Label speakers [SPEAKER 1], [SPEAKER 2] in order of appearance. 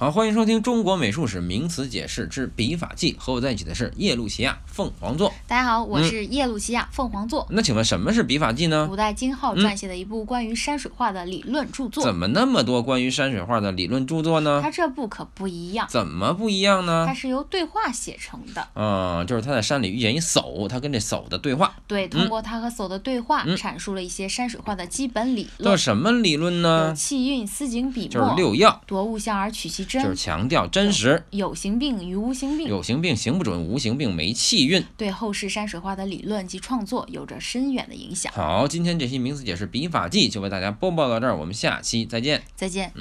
[SPEAKER 1] 好，欢迎收听《中国美术史名词解释之笔法记》，和我在一起的是耶路齐亚啊凤凰座。
[SPEAKER 2] 大家好，
[SPEAKER 1] 嗯
[SPEAKER 2] 我是耶路齐亚凤凰座，
[SPEAKER 1] 那请问什么是笔法记呢？
[SPEAKER 2] 古代金浩撰写的一部关于山水画的理论著
[SPEAKER 1] 嗯
[SPEAKER 2] 作。
[SPEAKER 1] 怎么那么多关于山水画的理论著作呢？
[SPEAKER 2] 它这部可不一样，
[SPEAKER 1] 怎么不一样呢
[SPEAKER 2] 它？是由对话写成的。
[SPEAKER 1] 嗯，就是他在山里遇见一叟，他跟这叟的对话，
[SPEAKER 2] 对，通过他和叟的对
[SPEAKER 1] 嗯
[SPEAKER 2] 话，阐述了一些山水画的基本理
[SPEAKER 1] 叫
[SPEAKER 2] 论，
[SPEAKER 1] 什么理论
[SPEAKER 2] 有
[SPEAKER 1] 呢？
[SPEAKER 2] 气韵、思景、笔
[SPEAKER 1] 就是
[SPEAKER 2] 墨，
[SPEAKER 1] 嗯六要，
[SPEAKER 2] 夺物象而取其
[SPEAKER 1] 就是
[SPEAKER 2] 真，
[SPEAKER 1] 强调真实，
[SPEAKER 2] 有形病与无形病，
[SPEAKER 1] 有形病行不准，无形病没气运。
[SPEAKER 2] 对后世山水画的理论及创作有着深远的影响。
[SPEAKER 1] 好，今天这期名词解释笔法记就为大家播报到这儿，我们下期再见。
[SPEAKER 2] 再见。